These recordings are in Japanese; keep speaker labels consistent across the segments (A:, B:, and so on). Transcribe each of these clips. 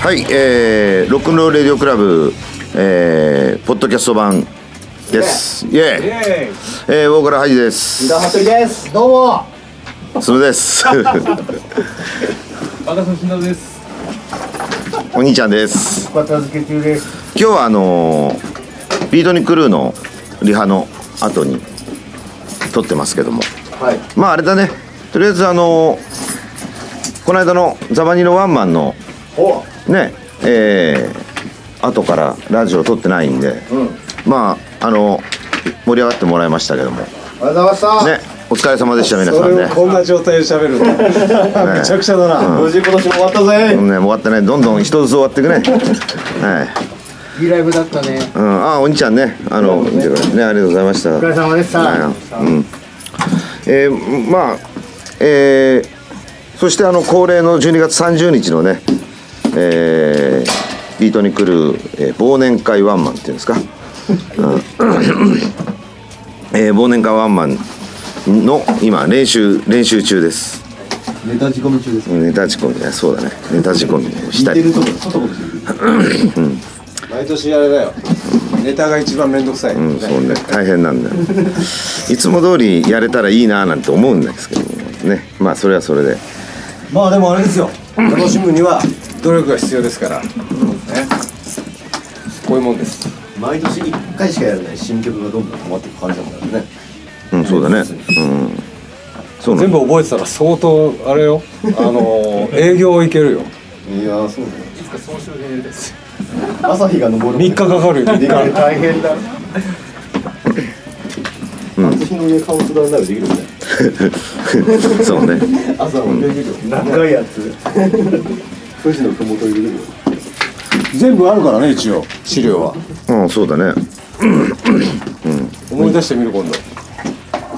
A: はい、えー、ロックンロールレディオクラブ、えー、ポッドキャスト版です。イエーイ
B: え
A: えー、大倉ハイジです。
C: 伊田服部ですどうも
A: すむ です。
B: え若狭篠です
A: お兄ちゃんです。
C: 片付け中です
A: 今日はあのー、ビートニクルーのリハの後に撮ってますけども。
C: はい
A: まああれだね。とりあえずあのー、この間のザバニのワンマンの
C: お
A: ねえー、後からラジオ撮ってないんで、
C: うん
A: まああの盛り上がってもらいましたけどもね
C: おはようございました
A: お疲れ様でした皆さ
D: そ
A: ん
D: れ
A: ね
D: をこんな状態で喋るのめちゃくちゃだな、
C: 無事今年も終わったぜ
A: うんね終わってねどんどん人ずつ終わっていくねはい、
C: いいライブだったね
A: うん、あお兄ちゃんねあの見てくれてねありがとうございました
C: お疲れ様でした
A: はいうんえー、まあえー、そしてあの恒例の12月30日のねえー、ビートに来る、えー忘年会ワンマンっていうんですか、うんえー忘年会ワンマンの今練習練習中です
D: ネタ仕込み中です
A: ネタ仕込みねそうだねネタ仕込みをしたり
D: とこ外こと毎年あれだよネタが一番めんどくさい、
A: うん、そうね大変なんだよいつも通りやれたらいいななんて思うんですけどねまあそれはそれで
D: まあでもあれですよ楽しむには努力が必要ですから、ねこういうもんです
E: 毎年1回しかやらない新曲がどんどん溜まっていく感じだもんね
A: うんそうだねうんそうな
D: 全
A: の
D: 部覚えてたら相当あれよあ のー営業いけるよ
E: いやーそうだねいつか総集 編やりたいです朝日が昇る
D: 3日かかるよ3日
E: 大変だ初日の上カウントダウンライブできるもんね
A: そうね
E: 朝もできるよ長いや つ富士のふもとにできるよ
D: 全部あるからね一応資料は
A: うんそうだね
D: 思い出してみる今度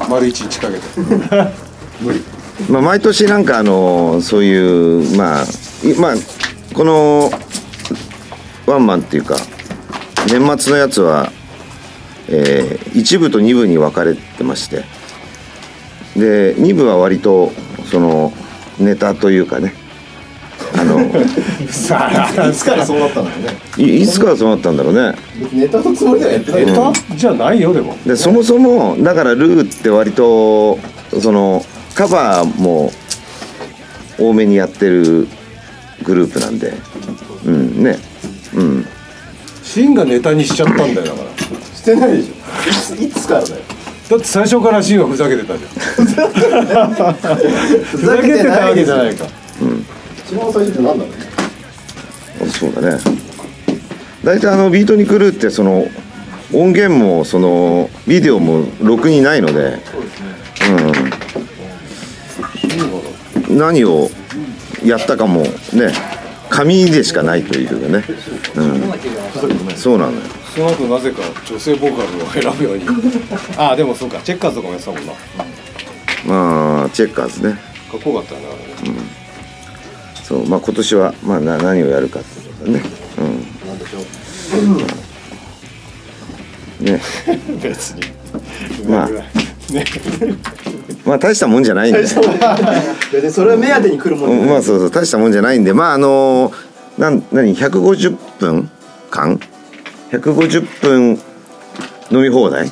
D: 丸一日かけて
A: まあ毎年なんかあのそういうまあいまあこのワンマンっていうか年末のやつは、えー、1部と2部に分かれてましてで2部は割とそのネタというかねあの
E: いつからそうなったんだよね
A: いいつからそうなったんだろうね
E: 別にネタのつもりではやってない
D: ネタじゃないよでも
A: でそもそもだからルーって割とそのカバーも多めにやってるグループなんでうんねうん
D: シンがネタにしちゃったんだよだからだ
E: してないでしょいついつからだよ
D: って最初からシンはふざけてたじゃんふざけてたわけじゃないか
E: 一番最初って何だろうね
A: そうだね大体あのビートに来るってその音源もそのビデオもろくにないのでうん何をやったかもね紙でしかないというね、うん、そうなのよ
D: その後なぜか女性ボーカルを選ぶようにああでもそうかチェッカーズとかもやってたもんなか
A: まあチェッカーズね
D: っこよかったよねあれね
A: そうまあ今年はまあな何をやるかっていうことだねうんね
D: 別に
A: まあ まあ大したもんじゃ ないんで
E: 別にそれは目当てに来るもん
A: う
E: ね
A: んまあそうそう大したもんじゃないんでまああのーなん何150分間150分飲み放題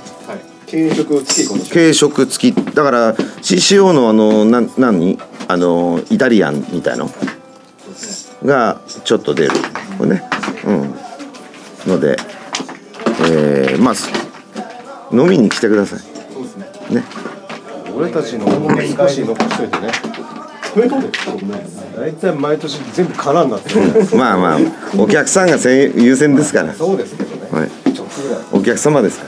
E: 軽食をつけ込んで
A: 軽食付きだから CCO のあのなん何あのイタリアンみたいのがちょっと出るこれねうんのでえー、まあす飲みに来てください
D: 俺たちの思い少し残しといてね大体毎年全部空になってる
A: まあまあお客さんがせん優先ですから、
D: そうですけどね
A: はい、
D: ちょっとぐらい
A: お客様ですか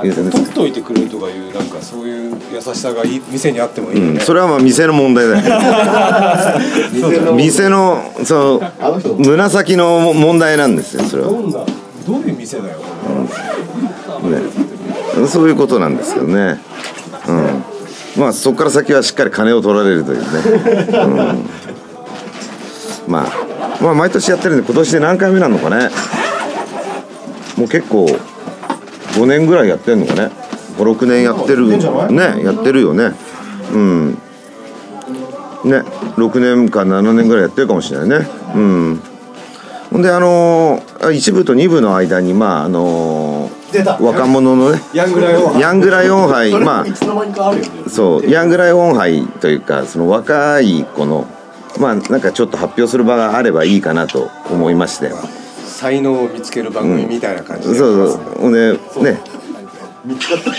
A: ら優先です
D: 取っといてくれるとかいうなんかそういう優しさがいい店にあってもいいよ
A: うん
D: ね、
A: それはまあ店の問題だよ店のそ
E: あの人
A: の紫の問題なんですよそれは、
D: どんなどういう店だよ
A: ね、そういうことなんですけどね、うん、まあそこから先はしっかり金を取られるというね、うん、まあまあ毎年やってるんで今年で何回目なのかねもう結構5年ぐらいやってんのかね56年やってるねやってるよねうんね6年か7年ぐらいやってるかもしれないねうんほんであのー一部と二部の間にまああのー
E: 出た
A: 若者のね
D: ヤングライオンは
A: ヤングライオン杯
E: それ
A: ま
E: も
A: あ
E: いつの間にかあるよね
A: そうヤングライオン杯というかその若い子のまあなんかちょっと発表する場があればいいかなと思いまして
D: 才能を見つける番組みたいな感じ
A: そう
D: で、
A: そうほんでね
E: 見つかった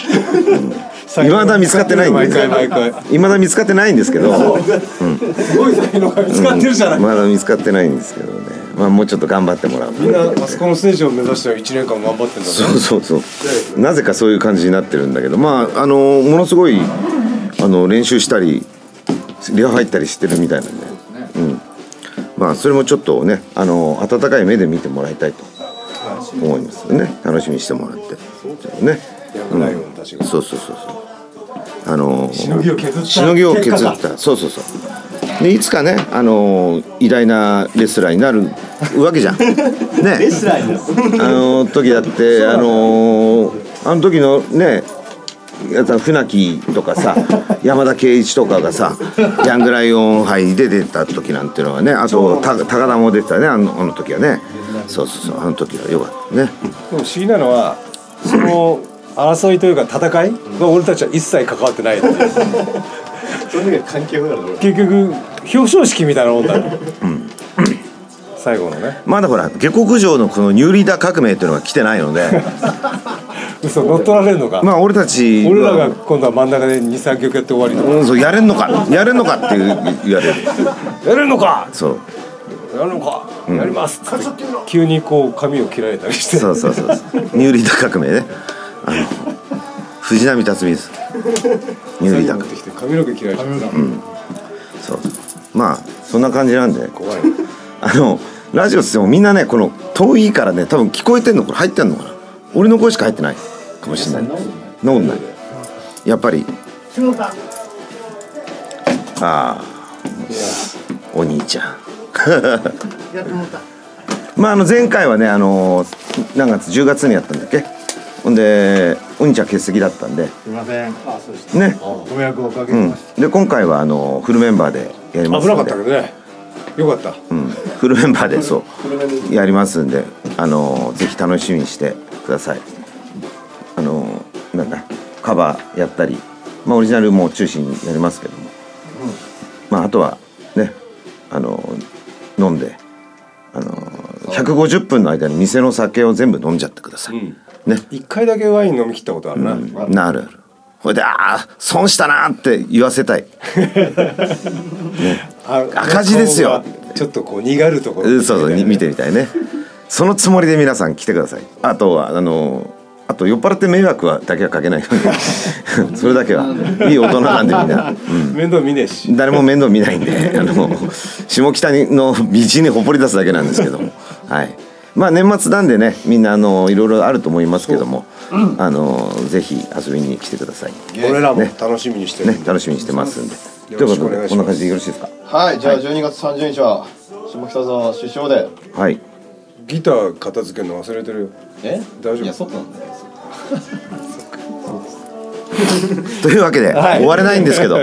D: 才能
A: 未だ見つかってないんだよ
D: 毎回毎回
A: いまだ見つかってないんですけど、
D: すごい才能が見つかってるじゃない、
A: まだ見つかってないんですけどねまあもうちょっと頑張ってもらう
D: みんなあそこのステージを目指して1年間頑張ってんだ
A: そうそうそうなぜかそういう感じになってるんだけどまああのものすごいあの練習したりリハ入ったりしてるみたいなんでうん、まあそれもちょっとねあの温かい目で見てもらいたいと思いますね楽しみにしてもらってね
D: ヤングライオンたちが、
A: そうそうそうそうあの
D: しのぎを削った
A: しのぎを削
D: 結果
A: っ
D: だ
A: たそうそうそうでいつかねあの偉大なレスラーになるわけじゃんね
E: レスラーです
A: あの時だってあのーあの時のねやつは船木とかさ山田圭一とかがさヤングライオン杯で出た時なんてのはねあとた高田も出てたねあのあの時はねそうそうそうあの時はよかったね
D: でも不思議なのはその争いというか戦いは俺たちは一切関わってないっていう
E: それだけ関係なかった俺
D: 結局表彰式みたいなもんだよ、最後のね
A: まだほら下克上のこのニューリーダー革命っていうのが来てないので
D: 嘘乗っ取られるのか、
A: まあ俺たちは
D: 俺らが今度は真ん中で23曲やって終わりとか
A: うん、そうやれんのかやれんのかっていう言われる
D: やれるのか
A: そう
D: やるのか、やりますっつって急にこう髪を切られたりして
A: そうそうそうそうニューリーダー革命ねあの藤波辰巳ですニューリーダー革
D: てきて髪の毛切られちゃった
A: 命そうまあそんな感じなんで
D: 怖い
A: あのラジオっつってもみんなねこの遠いからね多分聞こえてんのこれ入ってんのかな俺の声しか入ってないかもしれないなことないやっぱりああお兄ちゃんまああの前回はねあの何月10月にやったんだっけほんでお兄ちゃん欠席だったんです
C: いませんあそうです
A: ね
C: ご迷惑をおかけし
A: うん
C: ました、
A: で今回はあのフルメンバーでやります
D: 危
A: んで
D: なかったけどねよかった
A: うん、フルメンバーでそうやりますんで、あのぜひ楽しみにしてください。あのなんだカバーやったり、まあオリジナルも中心にやりますけども、まああとはねあの飲んで、あの150分の間に店の酒を全部飲んじゃってください。
D: ん
A: ね、
D: 一回だけワイン飲み切ったことあるな、
A: なるある。これでああ損したなーって言わせたい。
D: あ
A: 赤字ですよ
D: ちょっとこう逃がるところ
A: うんそうそうに見てみたいねそのつもりで皆さん来てくださいあとはあのあと酔っ払って迷惑はだけはかけないよう にそれだけはいい大人なんでみんな、うん
D: 面倒見ねえし
A: 誰も面倒見ないんであの下北の美人にほっぽり出すだけなんですけどもはいまあ年末なんでねみんなあのいろいろあると思いますけども、あのぜひ遊びに来てください
D: 俺らも楽しみにしてる
A: ね
D: んで、
A: 楽しみにしてますんで
D: よ
A: とい
D: ろ
A: う
D: し
A: こと
D: くお
A: で
D: 願いします
A: こんな感じでよろしいですか
F: はい、じゃあ12月30日は下北沢首相で。
A: はい
D: ギター片付けるの忘れてるよ
F: え
D: 大丈夫
F: いや、外なんだよ。
A: というわけで、
D: はい
A: 終われないんです けど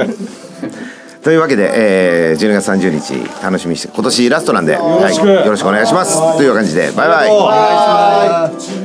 A: というわけで、えー12月30日楽しみにして今年ラストなんでよ
D: ろしく
A: はい、よろしくお願いしますという感じでバイバイ。
D: お願いします
F: はい。